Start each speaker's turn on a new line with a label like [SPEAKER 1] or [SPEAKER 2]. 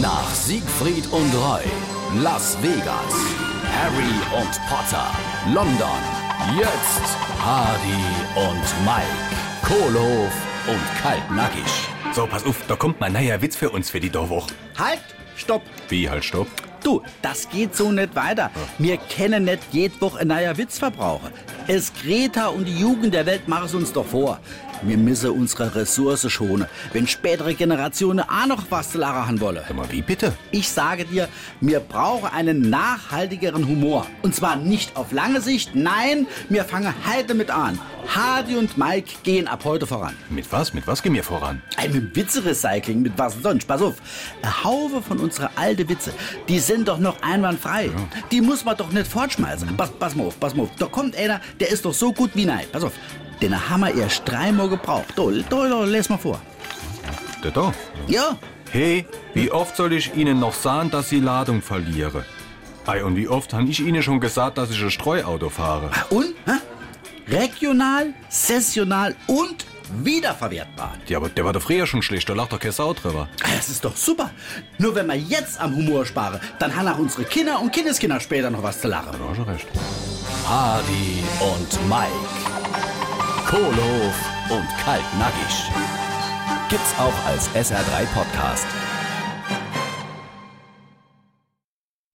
[SPEAKER 1] Nach Siegfried und Roy, Las Vegas, Harry und Potter, London, jetzt Hardy und Mike, Kohlehof und Kaltnackig.
[SPEAKER 2] So, pass auf, da kommt mal neuer Witz für uns für die Dorfwoch.
[SPEAKER 3] Halt, stopp.
[SPEAKER 2] Wie halt, stopp?
[SPEAKER 3] Du, das geht so nicht weiter. Wir können nicht jede Woche ein neuer Witz verbrauchen. Es Greta und die Jugend der Welt machen es uns doch vor. Wir müssen unsere Ressource schonen, wenn spätere Generationen auch noch was zu lachen haben wollen.
[SPEAKER 2] Sag mal, wie bitte?
[SPEAKER 3] Ich sage dir, wir brauchen einen nachhaltigeren Humor. Und zwar nicht auf lange Sicht, nein, wir fangen heute mit an. Hardy und Mike gehen ab heute voran.
[SPEAKER 2] Mit was? Mit was gehen wir voran?
[SPEAKER 3] Ey, mit Witze-Recycling, mit was sonst? Pass auf, eine Haufe von unserer alten Witze, die sind doch noch einwandfrei. Die muss man doch nicht fortschmeißen. Pass, pass mal auf, pass mal auf. Da kommt einer, der ist doch so gut wie nein. Pass auf, den haben wir erst dreimal gebraucht. Da, da, da, les mal vor.
[SPEAKER 2] Der da.
[SPEAKER 3] Ja,
[SPEAKER 2] Hey, wie oft soll ich Ihnen noch sagen, dass Sie Ladung verliere? Ei, und wie oft habe ich Ihnen schon gesagt, dass ich ein Streuauto fahre?
[SPEAKER 3] und? Hä? Regional, sessional und wiederverwertbar. Ah,
[SPEAKER 2] Ja, aber der war doch früher schon schlecht, da lacht doch kein Sau drüber.
[SPEAKER 3] Das ist doch super. Nur wenn wir jetzt am Humor sparen, dann haben auch unsere Kinder und Kindeskinder später noch was zu lachen.
[SPEAKER 2] Da hast du recht.
[SPEAKER 1] Hardy und Mike, Kohlehof und Kaltnackig. Gibt's auch als SR3 Podcast.